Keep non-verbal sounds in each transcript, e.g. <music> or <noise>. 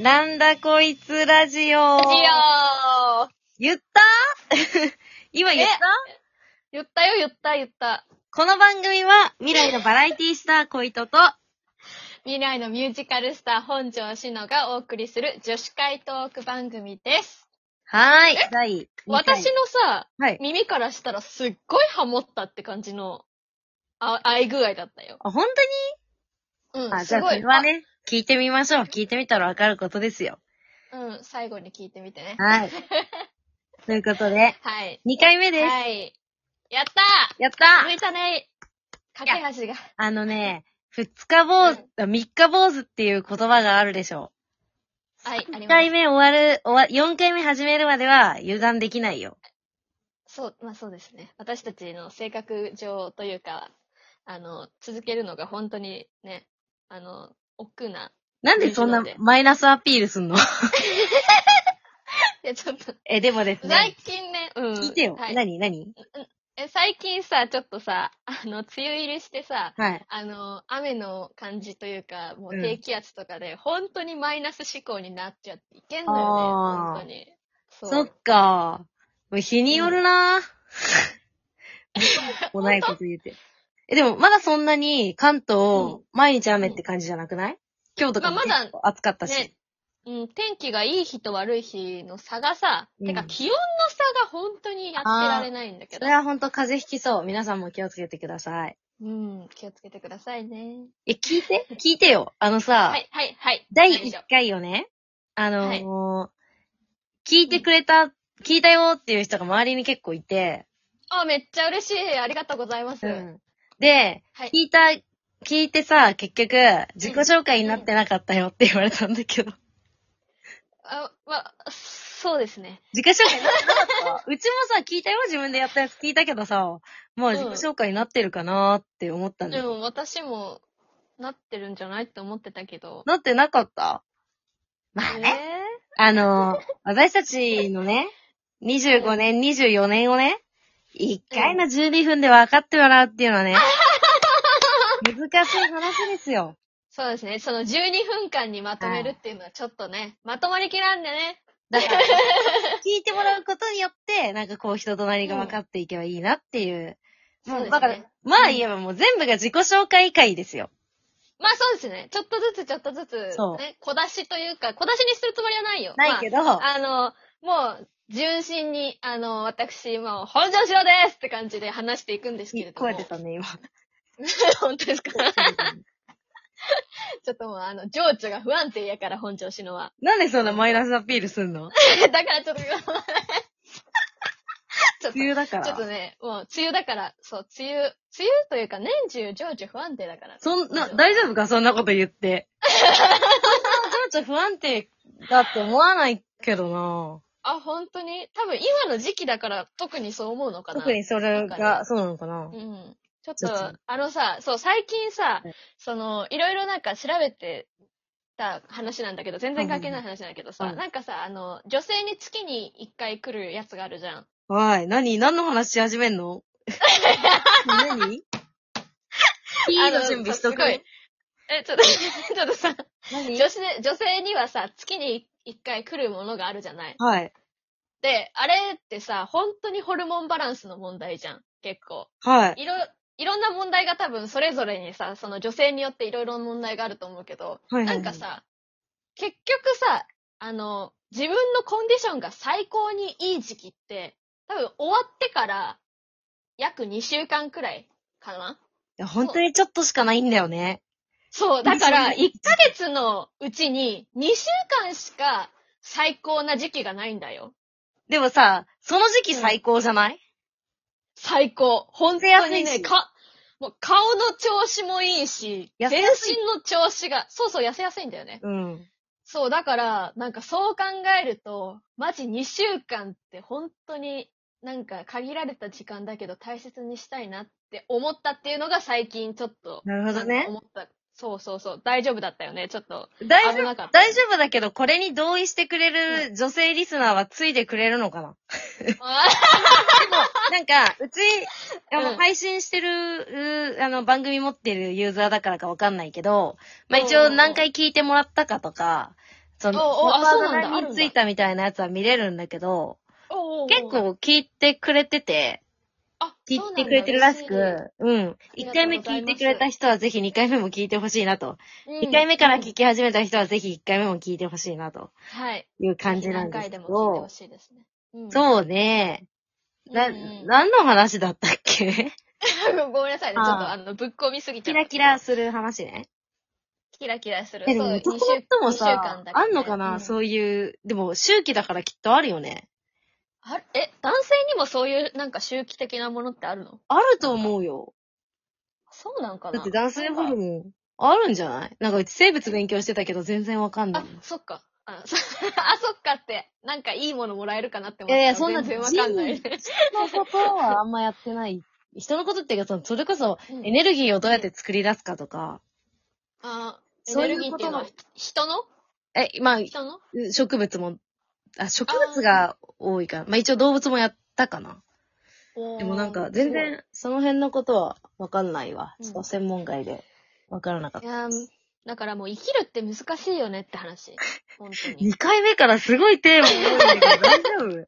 なんだこいつラジオラジオ言った <laughs> 今言った言ったよ、言った、言った。この番組は未来のバラエティスター小糸と、未来のミュージカルスター本庄志乃がお送りする女子会トーク番組です。はーい、第2回私のさ、はい。耳からしたらすっごいハモったって感じの、あ、合い具合だったよ。あ、本う当にあ、ん、じすゃあごそい。れはね、聞いてみましょう。聞いてみたらわかることですよ。あうん、最後に聞いてみてね。はい。ということで、はい。 2回目です。はい。やったやっー抜たいたね架け橋が。あのね、二日坊主、あ三日坊主っていう言葉があるでしょはい、あう。り一ま回す。目終わる、終わ、4回目始めるまでは油断できないよ。そう、まあそうですね。私たちの性格上というか、あの、続けるのが本当にね、あの、億劫な <laughs> なんでそんなマイナスアピールすんの <laughs> いや、ちょっと、え、でもです最ね。近ね、うん。聞いてよ。はい何何え最近さ、ちょっとさ、あの、梅雨入りしてさ、はい。あの、雨の感じというか、もううん低気圧とかで、本当にマイナス思考になっちゃっていけんのあーよね、本当に。そそっう。か。もう日による <laughs> なもうないこと言って。え、でもまだそんなに関東、毎日雨って感じじゃなくない今日とかもまあまだ結構暑かったし。ね、うん、天気がいい日と悪い日の差がさ、うんてか気温の差が本当にやってられないんだけそどれ。はほんと風邪ひきそう。皆さんも気をつけてください。うん、気をつけてくださいね。え、聞いて聞いてよ。あのさ、はい、はい、はい。第何でしょ1う回をね、あのー聞いてくれた、聞いたよっていう人が周りに結構いて、あ、めっちゃ嬉しい。ありがとうございます。うんで、はい聞いた、聞いてさ、結局、自己紹介になってなかったよって言われたんだけど。あ、まあ、そうですね。自己紹介になってなか <laughs> ったうちもさ、聞いたよ、自分でやったやつ聞いたけどさ、もう自己紹介になってるかなーって思ったんだでよ。も私も、なってるんじゃないって思ってたけど。なってなかったまあえね、あのー、私たちのね、25年、24年をね、1回の12分で分かってもらうっていうのはね、難しい話ですよ。そうですね。その12分間にまとめるっていうのはちょっとね、まとまりきらんでね。だ <laughs> から、聞いてもらうことによって、なんかこう人となりが分かっていけばいいなっていう。うんもそううですだねから、まあ言えばもう全部が自己紹介会ですよ。まあそうですね。ちょっとずつちょっとずつ、そうね、小出しというか、小出しにするつもりはないよ。ないけど、まあ、あの、もう、純真に、あの、私、もう、本庄しろですって感じで話していくんですけれども。声出たね、今。本当 <laughs> ですかちょっともう、あの、情緒が不安定やから、本庄しのは。なんでそんなマイナスアピールすんのだからちょっと、ちょっと梅雨だから。ちょっとね、もう、梅雨だから、そう、梅雨、梅雨というか、年中情緒不安定だから。そんな、大丈夫かそんなこと言って。そんな情緒不安定だって思わないけどあ、本当に多分今の時期だから、特にそう思うのかなな。特。にそれなんかが、そうなのかなうん。ちょっちょっとと、あのさ、そう、最近はさい、その、いろいろなんか調べてた話なんだけど、全然関係ない話なんだけどさ、うんなんかさ、あの、女性に月に一回来るやつがあるじゃん。はい。何何の話し始めん <laughs> の何ピーの準備しとくあのすごいえ、ち <laughs> ょっと、ちょっとさ、何女性、女性にはさ、月に一回来るものがあるじゃない。はい。で、あれってさ、本当にホルモンバランスの問題じゃん。結構。はい。いろ、いろんな問題が多分それぞれにさ、その女性によっていろいろな問題があると思うけど、はいはいはいなんかさ、結局さ、あの、自分のコンディションが最高にいい時期って、多分終わってから約2週間くらいかないや本当にちょっとしかないんだよね。そう、だから二週間1ヶ月のうちに2週間しか最高な時期がないんだよ。でもさ、その時期最高じゃない、最高。本痩当せにやすいね、しか、もう顔の調子もいいし、痩全せ身やすいの調子が、そうそう痩せやすいんだよね。うん。そう、だから、なんかそう考えると、マジ2週間って本当になんか限られた時間だけど大切にしたいなって思ったっていうのが最近ちょっと。なるほどねなんか思った。そうそうそう。大丈夫だったよね。ちょっと。大丈危なか夫っ、た大丈夫だけど、これに同意してくれる女性リスナーはついてくれるの <laughs> かな、あなんか、うち、あの、うん配信してる、うーあの、番組持ってるユーザーだからかわかんないけど、まあ、一うんう応んうん何回聞いてもらったかとか、その、おうおうあそうなんだパートナーについたみたいなやつは見れるんだけど、 <laughs> おうおうおう結、構聞いてくれてて、あ聞いてくれてるらしそうなんだく、うん。り1がとうご回目ざいます聞いてくれた人はぜひ2回目も聞いてほしいなと。嬉しい2回目から聞き始めた人はぜひ1回目も聞いてほしいなとうんはい。いう感じなんですけ何回でも聞いてどほ。しいですね。うん <laughs> そうね。な、うんうん何の話だったっけごめんなさいね。ちょっとあの、ぶっ込みすぎちキゃう。ラキラ。する話ね。キラキラする。え、でもそう男の二週人も二週間さ、だけねあんのかな、うんそういう、でも周期だからきっとあるよね。あれえ、男性にもそういうなんか周期的なものってあるのあると思うよ。そうなんかなだって男性ホルン。モン、あるんじゃないなんかうち生物勉強してたけど全然わかんないあ。、そっか。あ、 <laughs> そあそっかって、なんかいいものもらえるかなって思ったいらやいやそんな全然わかんない。人人 <laughs> のことはあんまやってない。人のことっていうか、そのそれこそエネルギーをどうやって作り出すかとか、あエそうネいルうギーこっていとうのはの、人のえ、まあ、人の植物も、あ、植物が多いから、まあ一応動物もやったかな。でもなんか全。然その辺のことはわかんないわ。うんちょっと専門外でわからなかおっーた。いやーだからもう生きるって難しいよねっ <laughs> て話。本当に。い2回目からすごいテーマ多いんだけど大丈夫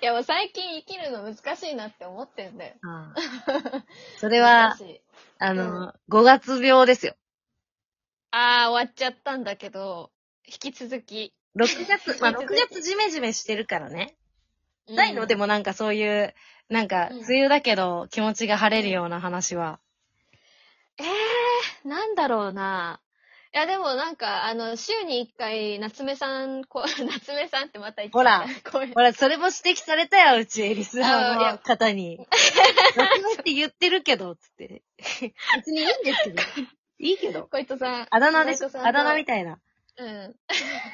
やもう最近生きるの難しいなって思ってんだよ。 <laughs> ああ <laughs> それでは、ああの、5月病ですよ。ー終わっちゃったんだけど、引き続き。 6月、まあ6月 <laughs> ジメジメしてるからね。ないの、うんでもなんかそういう、なんか、うん梅雨だけど気持ちが晴れるような話は。ええなんだろうな。いや、でもなんか、あの、週に一回、夏目さん、こ <laughs> 夏目さんってまた言っちゃった。ごめんほら、それも指摘されたよ、うち、エリスナあいーのや方に。 <laughs> 夏目って言ってるけど、つって。 <laughs> 別にいいんですけど。いいけど。小糸さん。あだ名で小糸さんとあだ名みたいな。うん。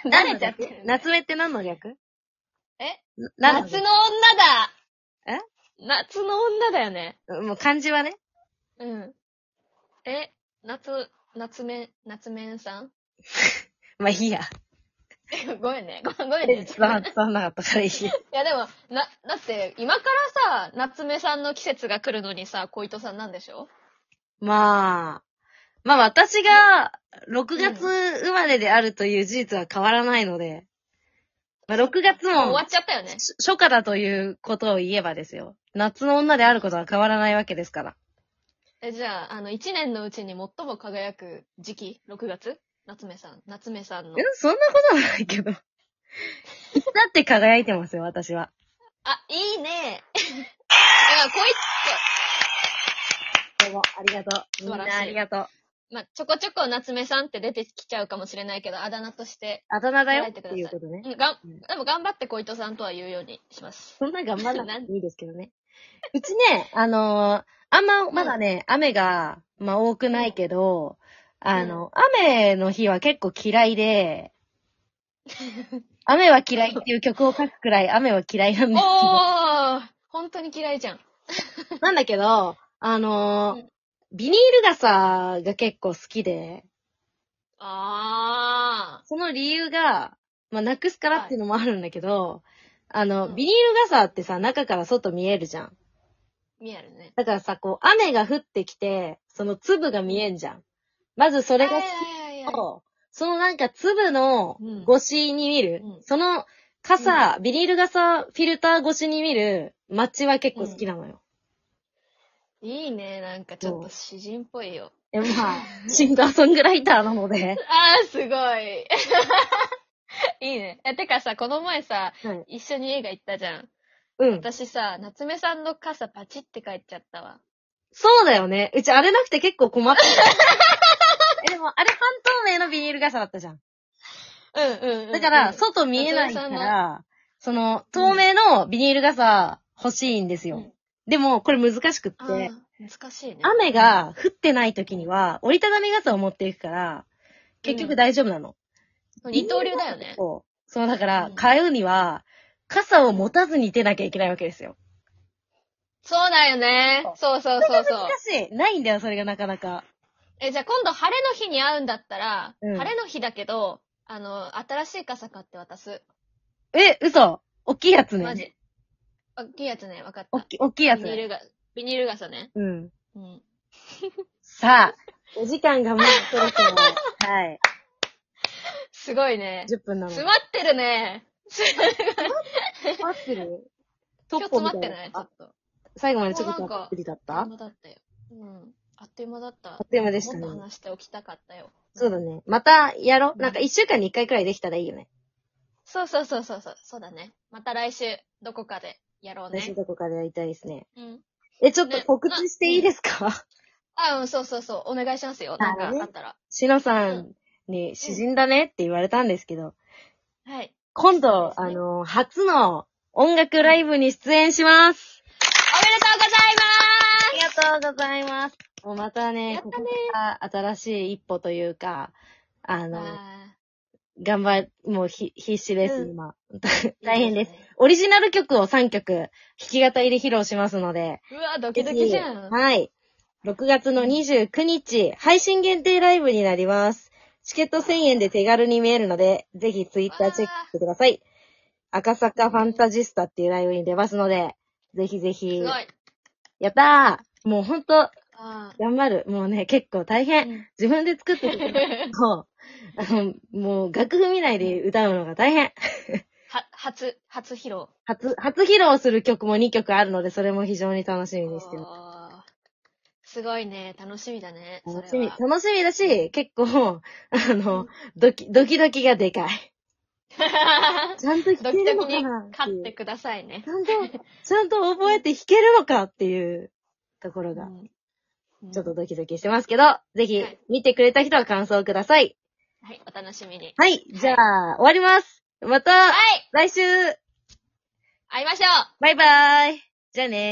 慣慣れちゃってるね夏目って何の略えな何の夏の女だえ夏の女だよね。もう漢字はね。うん。え、夏、夏目、夏目さんまあいい <laughs> や。 <laughs> ごめん <laughs> ね。ごごめんね。い伝わ伝わんなかったからいいや。やでも、な、だって、今からさ、夏目さんの季節が来るのにさ、小糸さんなんでしょまあ、まあ私が6月生まれであるという事実は変わらないので、まあ6月もう終もわっちゃったよね。し初夏だということを言えばですよ。夏の女であることは変わらないわけですから。え、じゃあ、あの、一年のうちに最も輝く時期、6月夏目さん、夏目さんのえ。そんなことはないけど。 <laughs> だって輝いてますよ、私は。あ、いいね <laughs> いや、こいどうも、ありがとう。み素ん晴ならしいありがとう。まあ、ちょこちょこ夏目さんって出てきちゃうかもしれないけど、あだ名として。あだ名だよ輝っいててくださいいうことね。うんがん、うんでも頑張って小糸さんとは言うようにします。そんな頑張らなくていいですけどね。 <laughs> うちね、あのーあんま、まだね、雨が、まあ、多くないけど、あの、雨の日は結構嫌い <laughs> で、雨は嫌いっていう曲を書くくらい雨は嫌いなんおですー本当に嫌いじゃん。けど、 <laughs> なんだけど、あのーうんビニール傘が結構好きで、あその理由が、まあ、なくすからっていうのもあるんだけど、あの、うんビニール傘ってさ、中から外見えるじゃん。ー見えるね。だからさ、こう、雨が降ってきて、その粒が見えんじゃん。まずそれがはいはいはいはと、そのなんか粒のうん越しに見る、うんその傘、ビニール傘フィルター越しに見るマッチは結構好きなのよ。い。いいね、なんかちょっと詩人っぽいよ。え、まあ、シンガーソングライターなので。あー、すごい。 <laughs> いいね。え、てかさ、この前さ、はい。一緒に映画行ったじゃん。うん。私さ、夏目さんの傘パチって帰っちゃったわ。そうだよね。うちあれなくて結構困った。 <laughs> え、でもあれ半透明のビニール傘だったじゃん。うんうんうん、だから、そ外見えないか夏目ら、その、透明のビニール傘欲しいんですよ。うんでも、これ難しくっあて、ー難しいね。雨が降ってない時には、折りたたみ傘を持っていくから、結局大丈夫なの。二刀流だよね。そう。そう、だからう、ん買うには、傘を持たずに出なきゃいけないわけですよ。そうだよね。そうそうそうそう。難しい。ないんだよ、それがなかなか。え、じゃあ今度晴れの日に会うんだったら、うん晴れの日だけど、あの、新しい傘買って渡す。え、嘘大きいやつマね。ジ。大きいやつね、分かっ大た。き、大きいやつビニーね。ルが、ビニール傘ね。うん。うん。 <laughs> さあ、お時間がもうそろそろ、はい。すすごいね。 10分なの。詰まってるね。詰まってる今日詰まってないちょあっと。最後までちょっもうなんとかたっぷりだっあたっという間だったよ。うん。あっという間だった。ああっという間でしたねもっと話しておきたかったよ。そうだね。またやろう。なんか一週間に一回くらいできたらいいよね。そうそうそうそうそう。そうだね。また来週、どこかでやろう私ね。どこかでやりたいですね。うん。え、ちょっとね告知していいですか、あ、うん、そうそうそう。お願いしますよ。あなんのねかあったら。 <laughs> しのさんに詩人だねって言われたんですけど、はい。今そうで度、すねあの、初の音楽ライブに出演します。おめでとうございますありがとうございます。もうまたね、やったこねこから新しい一歩というか、あの、あ頑張、もうひ必死です、うん今。ー大変ですいいねオリジナル曲を3曲、弾き語りで披露しますので、うわ、ドぜキドキひじゃん。はい。6月の29日、配信限定ライブになります。チケット1000円で手軽に見えるので、ぜひツイッターチェックしてください。赤坂ファンタジスタっていうライブに出ますので、ぜひぜすひ。ごい。やったーもうほんと、あー頑張る。もうね、結構大う変。ん自分で作ってく <laughs> るもう、あの、もう楽譜見ないで歌うのが大変。は、 <laughs> 初、初披露。初、初披露する曲も2曲あるので、それも非常に楽しみにしてます。おーすごいね。楽しみだね。それは楽しみ、楽しみだし、結構、あの、ドキ、ドキドキがでかい。ちゃんと弾ドけるキドのキかになって <laughs> 勝いっうてくださいねち。ゃんと、ちゃんと覚えて弾けるのかっていうところが、うんちょっとうんドキドキしてますけど、ぜひはい、見てくれた人は感想をください。はい、お楽しみに。はい、じゃあ、終わります。また、はい来週、会いましょうバイバイ。じゃあね